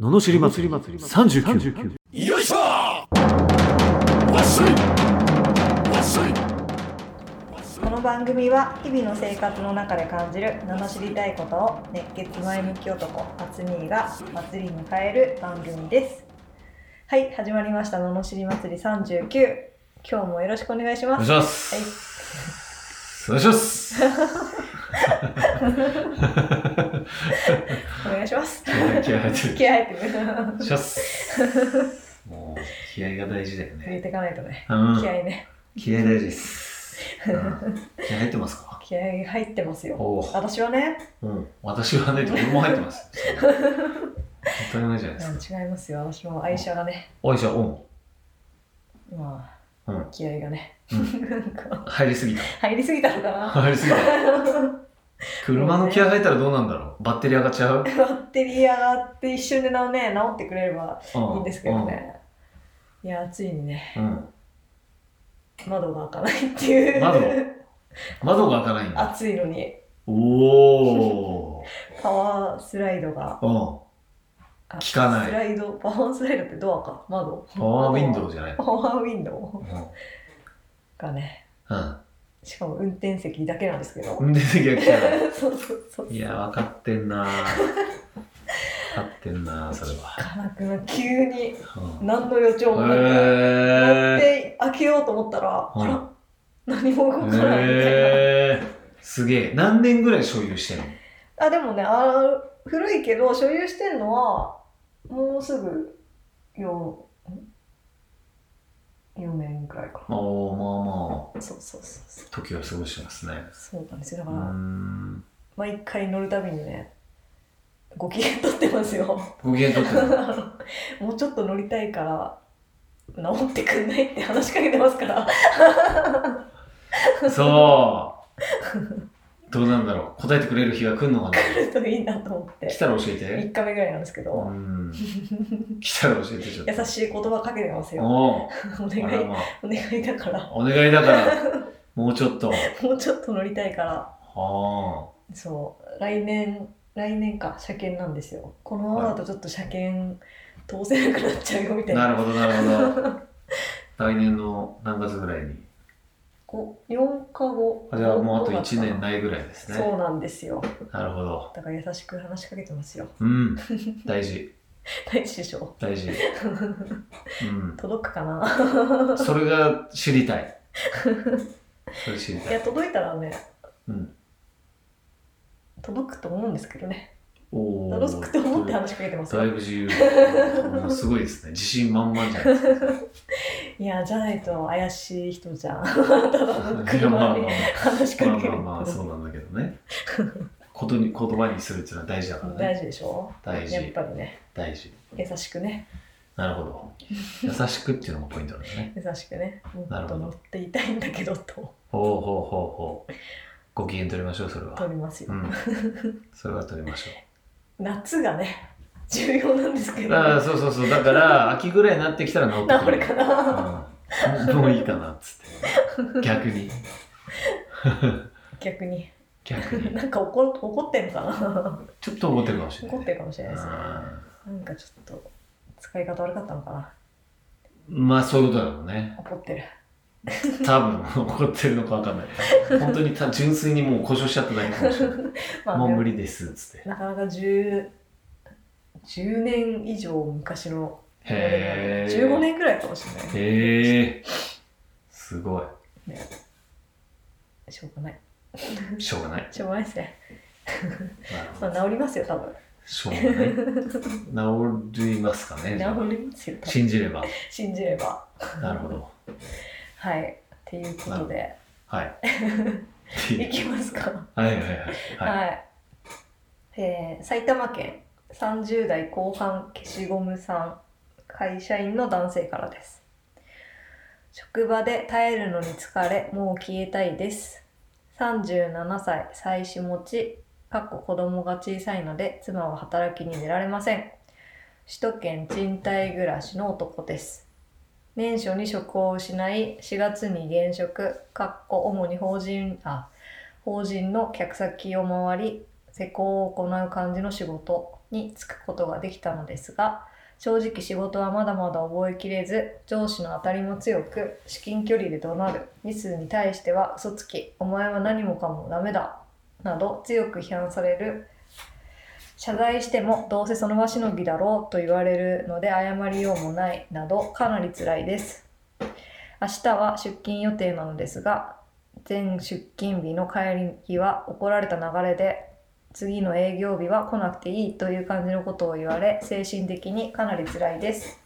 ののしり祭り39よいしょわっしょいわっしょいこの番組は日々の生活の中で感じる名の知りたいことを熱血前向き男アツミーが祭りに変える番組ですはい始まりました「ののしり祭り39」今日もよろしくお願いしお願まいしすますお願いしますお願いします気合入ってる気合入ってる しますもう気合が大事だよ入れねていかないとねうん気合ね気合大事です、うん気合入ってますか気合入ってますよおお、私はねうん、私はね、俺も入ってます当たり前じゃないですかうん違いますよ私も愛車がねおいしょ、おまあん、うん、気合がね、う なんか入りすぎた入りすぎたのかな 入りすぎた車の気合入ったらどうなんだろうバッテリー上がっちゃうバッテリー上がって一瞬でなおね治ってくれればいいんですけどね、いやついにねうん、うん窓が開かないっていう窓窓が開かないんだ暑いのにおお。パワースライドがうあ効かないスライドパワースライドってドアか窓ん。パワーウィンドウじゃない。パワーウィンドうウがねん。しかも運転席だけなんですけど、うん。運転席が来そうそうそうたいや、分かってん な。分かってんな、それは。開かなくな急にうん何の予兆もなく、やへって開けようと思ったら、うんあら何も動かないみたいな、えー。すげえ。何年ぐらい所有してんのあでもねあ古いけど所有してるのはもうすぐ 4, 4年くらいかまあまあまなそうそうそうそうあ、時を過ごしてますね。そうなんですようだーから、ん。毎回乗るたびにねご機嫌取ってますよご機嫌取ってる。もうちょっと乗りたいから治ってくんないって話しかけてますからそう。どうなんだろう。答えてくれる日が来るのか な。来るといいなと思って来たら教えて。 3日目ぐらいなんですけうどん。来たら教えてち ょっと。優しい言葉かけてますよおうお願いあらまあお願いだからお願いだから、もうちょっと。はもうちょっと乗りたいからあ。そう来年来年か車検なんですよこのままだとちょっと車検通せなくなっちゃうよみたいななるほど、なるほ ど。来年の何月ぐらいに。こう4か後あじゃあもうあと5月1かな年ないぐらいですね。そうなんですよなるほど。だから優しく話しかけてますようん。大事、大事でしょ大事。 うん。届くか なそれが知りたい。それ知りいたやい。届いたらねうん。届くと思うんですけどねおお。届くと思って話しかけてますだよいぶ自由。もうすごいですね。自信満々じゃないですか。いやじゃないと怪しい人 じゃんただの車に 話しまあかけまるあまあ、そうなんだけどね。ことに言葉にするっていうのは大事だから大ね。事でしょ大事やっぱりね大事。優しくねなるほど。優しくっていうのもポイントなんだね。優しくねもなっるほとど乗っていたいんだけどとほうほうほうほう。ご機嫌取りましょう、それ取は。りますよ、うん。それは取りましょ夏がね重要なん ですけう。どだから、そうそうそう。だから、秋ぐらいになってきたら治って治くるる。かな、うん。もういいかな、つ って。逆に。逆に逆に。なんか怒怒ってんのかなちょっと怒ってるかもしれない怒っね。てるかもしれないですねうなんかちょっと使い方悪かったのかなんまあ、そういうことだろうね。怒ってる多分、怒ってるのかわかんない。本当にた純粋にもう故障しちゃっただけかもしれない。 まあもう無ね理です、つって。なかなか 10, 10年以上昔のへー。 15年くらいかもしれないへえすごいしょうがないしょうがないしょうがないですねなるほまどあ治りますよ多分しょうがない治りますかねじゃあ治りますよ多分信じれば信じればなるほどはいっていうことではいいきますかはいはいはいはいはい、えー埼玉県30代後半消しゴムさん会社員の男性からです職場で耐えるのに疲れもう消えたいです37歳妻子持ちかっこ子供が小さいので妻は働きに出られません首都圏賃貸暮らしの男です年初に職を失い4月に現職かっこ主に法人あ法人の客先を回り施工を行う感じの仕事に就くことができたのですが正直仕事はまだまだ覚えきれず上司の当たりも強く至近距離で怒鳴るミスに対しては嘘つきお前は何もかもダメだなど強く批判される謝罪してもどうせその場しのぎだろうと言われるので謝りようもないなどかなり辛いです明日は出勤予定なのですが全出勤日の帰り際怒られた流れで次の営業日は来なくていいという感じのことを言われ精神的にかなり辛いです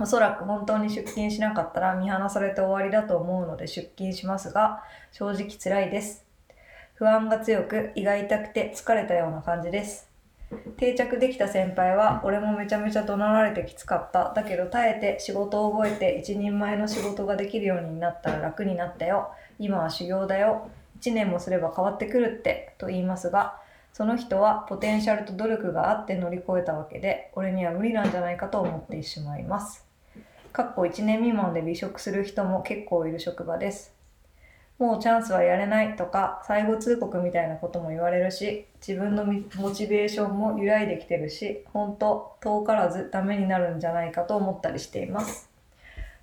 おそらく本当に出勤しなかったら見放されて終わりだと思うので出勤しますが正直辛いです不安が強く胃が痛くて疲れたような感じです定着できた先輩は俺もめちゃめちゃ怒鳴られてきつかっただけど耐えて仕事を覚えて一人前の仕事ができるようになったら楽になったよ今は修行だよ1年もすれば変わってくるってと言いますがその人はポテンシャルと努力があって乗り越えたわけで俺には無理なんじゃないかと思ってしまいますかっこ1年未満で離職する人も結構いる職場ですもうチャンスはやれないとか最後通告みたいなことも言われるし自分のみモチベーションも揺らいできてるし本当遠からずダメになるんじゃないかと思ったりしています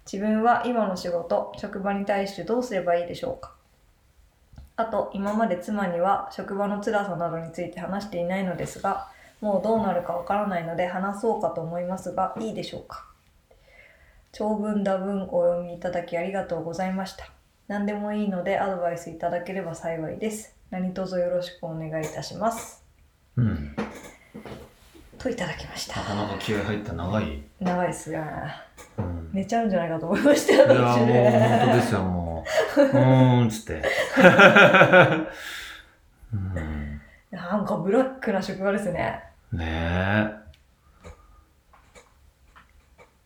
自分は今の仕事職場に対してどうすればいいでしょうかあと今まで妻には職場の辛さなどについて話していないのですがもうどうなるかわからないので話そうかと思いますがいいでしょうか長文多文お読みいただきありがとうございました何でもいいのでアドバイスいただければ幸いです何卒よろしくお願いいたしますうん。といただきましたなかなか気合入った長い。長いですがうん寝ちゃうんじゃないかと思いましたいや、よもう途中で本当ですよ、もう。うーん、つって。 うん、なんかブラックな職場ですねね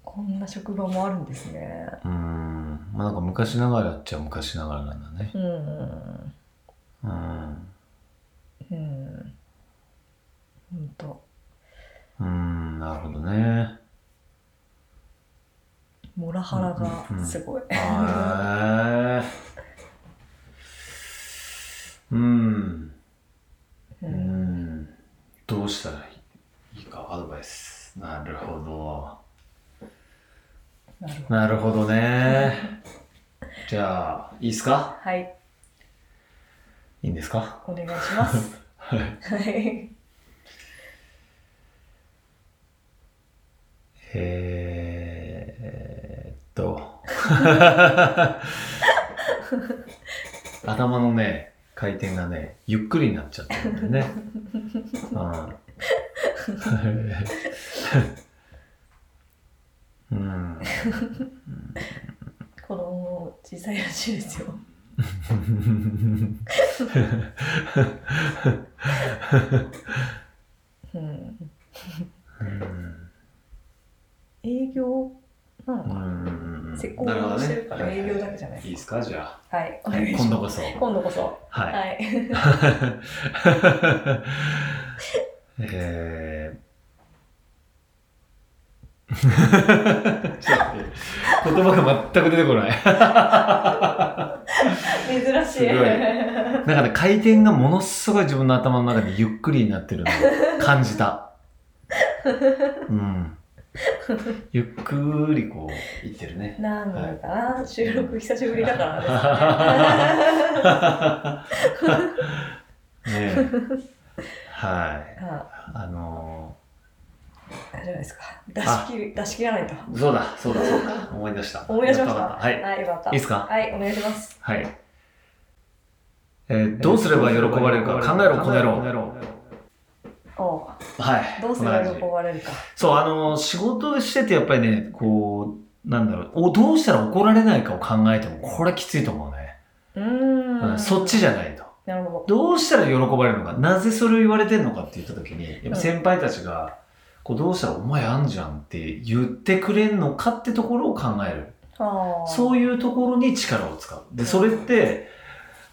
こんな職場もあるんですねえ。うん。まあなんか昔ながらっちゃ昔ながらなんだね。うんうん。うんほんとうん、なるほどね。モラハラがすごい、へえ。うん。ううんん。どうしたらいいか、アドバイス。なるほど。なるほどなるほどね。じゃあ、いいっすかはいいいんですかお願いしますはい。はいえーっと。 頭のね、回転がね、ゆっくりになっちゃってるんでね。 うん。うん。子供小さいらしいですようん営業なのかうな、ん施工なるほどしてるからね営業だけじゃないいいですかじゃはいおあ。願いします今度こそ。今度こそはい。はい えー ちょっと待って言葉が全く出てこない。珍しすごいいなんかね、回転がものすごい自分の頭の中でゆっくりになってるのを感じた。うん。ゆっくりこう、いってるね。 なんかな、収録久しぶりだからですねえ。はい。ああの大丈夫ですか出し切り出し切らないとー、そうだ、そうだ、そうだ。思い出した。思い出しましやたっわはい。はいよかったいいっすかはいお願いしますはい。えーどうすれば喜ばれるか考えろ、この野郎。おうはい。どうすれば喜ばれるかそう、あの、仕事しててやっぱりね、こう、なんだろう、おどうしたら怒られないかを考えても、これきついと思うね。ううーんん、そっちじゃないと。なるほどうしたら喜ばれるのか、なぜそれを言われてんのかって言った時に、やっぱ先輩たちが、こうどうしたらお前あんじゃんって言ってくれんのかってところを考える。どはあそういうところに力を使う。で、それって、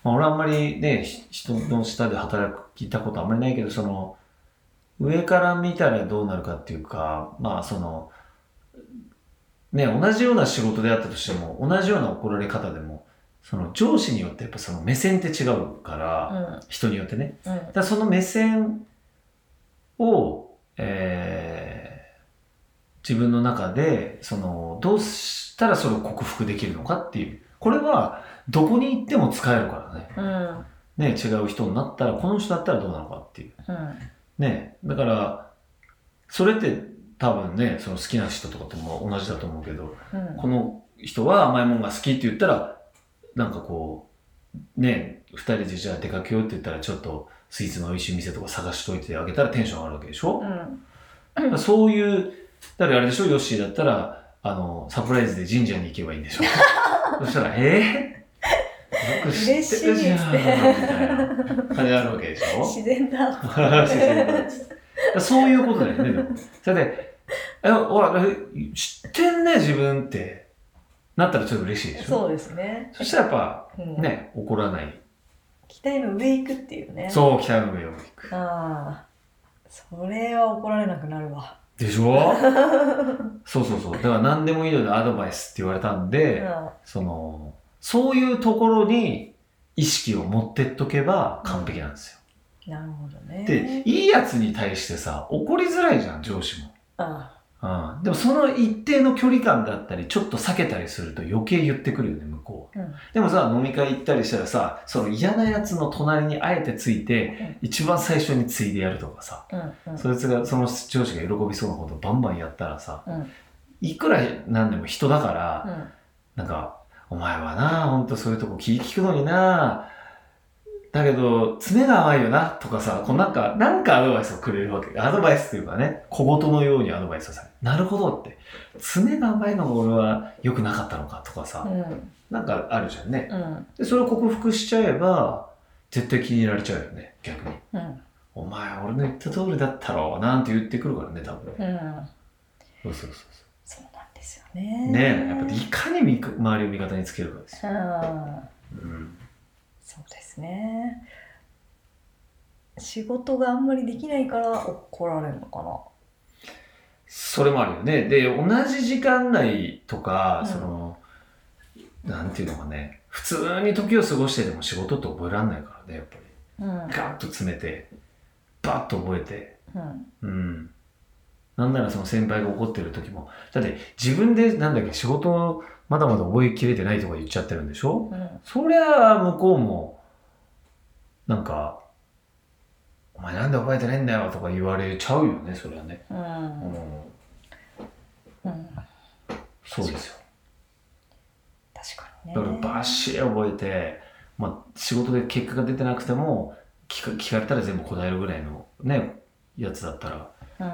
まあ、俺あんまりね、ひ人の下で働いたことあんまりないけど、その、上から見たらどうなるかっていうか、まあその、ね、同じような仕事であったとしても、同じような怒られ方でも、その上司によってやっぱその目線って違うから、うん人によってね。うんだからその目線をえー自分の中で、その、どうしたらそれを克服できるのかっていう。これは、どこに行っても使えるからね。うんね、違う人になったら、この人だったらどうなのかっていう。うんね、だから、それって多分ね、その好きな人とかとも同じだと思うけど、うんこの人は甘いもんが好きって言ったら、なんかこう、ね、二人でじゃあ出かけようって言ったら、ちょっとスイーツの美味しい店とか探しといてあげたらテンション上がるわけでしょ、うんだからそういう、だからあれでしょ、ヨッシーだったら、あの、サプライズで神社に行けばいいんで しょそしたら、えぇ、よく知ってるじゃんみ嬉しいっつってたいな感じになるわけでしょ 自然だ自然なんですそういうことだよね、でも。それで、え、ほら、え知ってんね、自分って。なったらちょっと嬉しいでしょ。 そうですね、そしたらやっぱ、うん、ね、怒らない。期待の上行くっていうねそう、北の上を行く。ああそれは怒られなくなるわでしょそうそうそう。だから何でもいいのでアドバイスって言われたんうで、んその、そういうところに意識を持ってっとけば完璧なんですよ。なるほどねで、いいやつに対してさ、怒りづらいじゃん、上司も。あうんでもその一定の距離感だったり、ちょっと避けたりすると余計言ってくるよね、向こうは。うんでもさ、飲み会行ったりしたらさ、その嫌なやつの隣にあえてついて、一番最初についでやるとかさ、あうんうんそいつが、その上司が喜びそうなことバンバンやったらさ、うんいくらなんでも人だから、うんなんか、お前はな、ほんとそういうとこ気聞くのにな、だけど、爪が甘いよな、とかさ、こうなんか、なんかアドバイスをくれるわけ。アドバイスというかね、小言のようにアドバイスをされる。なるほどって。爪が甘いのが俺は良くなかったのか、とかさ、うんなんかあるじゃんね。うんで、それを克服しちゃえば、絶対気に入られちゃうよね、逆に。うんお前、俺の言った通りだったろ、なんて言ってくるからね、多分。うんそうそうそうそそうなんですよう。ねねえ、やっぱいかにみく周りを味方につけるかですよ。うんうんそうですね仕事があんまりできないから怒られるのかなそれもあるよね。で、同じ時間内とか、うんその、なんていうのかね、普通に時を過ごしてても仕事って覚えられないからね、やっぱり。うんガッと詰めて、バッと覚えて、うんうん。なんならその先輩が怒ってる時も、だって自分で、なんだっけ、仕事まだまだ覚えきれてないとか言っちゃってるんでしょうんそりゃ、向こうも、なんか、お前なんで覚えてないんだよとか言われちゃうよね、それはね。ううんんうんそうですよ。確かにねだからバシッ覚えて、まあ、仕事で結果が出てなくても聞か聞かれたら全部答えるぐらいのねやつだったらう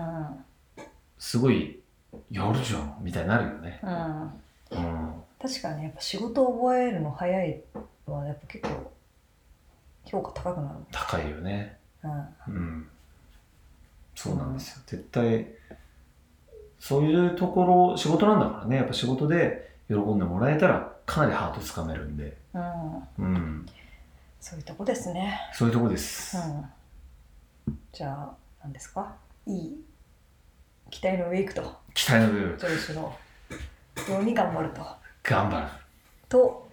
んすごいやるじゃんみたいになるよね、うんうん、確かにやっぱ仕事を覚えるの早いのはやっぱ結構評価高くなる高いよねもん、うん、うんそうなんですよ絶対そういうところ仕事なんだからねやっぱ仕事で喜んでもらえたらかなりハートつかめるんで、うん、うん、そういうとこですね。そういうとこです、うん、じゃあ、何ですかいい期待の上行くと、期待の部分上司のように頑張ると。頑張ると、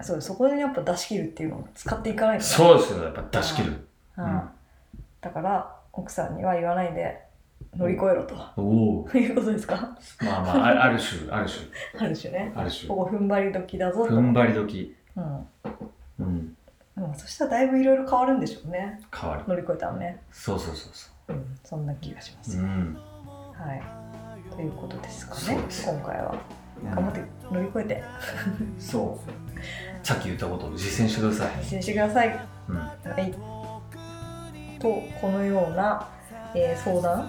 そうそこでやっぱ出し切るっていうのを使っていかないとね、そうですよやっぱ出し切る、ううんん、だから、奥さんには言わないで乗り越えろと。おお。いうことですかまあまあ、あある種、ある種、ある種ね。ある種こ。こ踏ん張り時だぞと。踏ん張り時。うんうん。うん、そしたらだいぶいろいろ変わるんでしょうね。変わる。乗り越えたらね。そうそうそうそうん、そんな気がします。う。うん。はい。ということですかそうねで。す今回は頑張って乗り越えてそう。さっき言ったことを実践してください。実践してください。はうん。い。とこのような、えー相談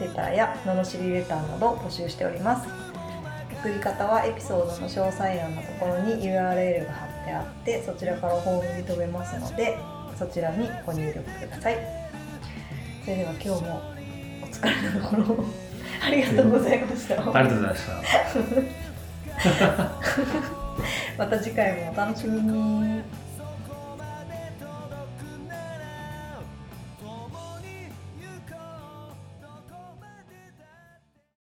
レターや罵りレターなど募集しております。送り方はエピソードの詳細欄のところに URL が貼ってあってそちらからホームに飛べますのでそちらにご入力ください。それでは今日もお疲れのところありがとうございました。ありがとうございました。また次回もお楽しみに。